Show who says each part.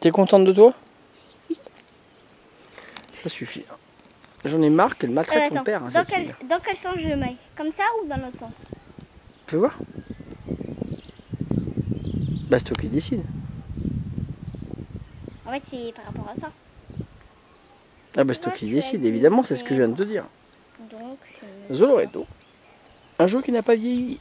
Speaker 1: T'es contente de toi Ça suffit. hein. J'en ai marre qu'elle maltraite
Speaker 2: Euh, attends,
Speaker 1: son père. hein,
Speaker 2: dans,
Speaker 1: cette
Speaker 2: quel,
Speaker 1: fille.
Speaker 2: dans quel sens je mets Comme ça ou dans l'autre sens
Speaker 1: Fais voir. Bah c'est toi qui décide.
Speaker 2: En fait, c'est par rapport à ça.
Speaker 1: Ah bah c'est toi
Speaker 2: Ouais,
Speaker 1: qui
Speaker 2: tu as
Speaker 1: décide,
Speaker 2: dit
Speaker 1: évidemment, c'est ce que
Speaker 2: c'est-
Speaker 1: je viens de te dire.
Speaker 2: euh, Donc, je mets ça.
Speaker 1: Zoloretto, un jeu qui n'a pas vieilli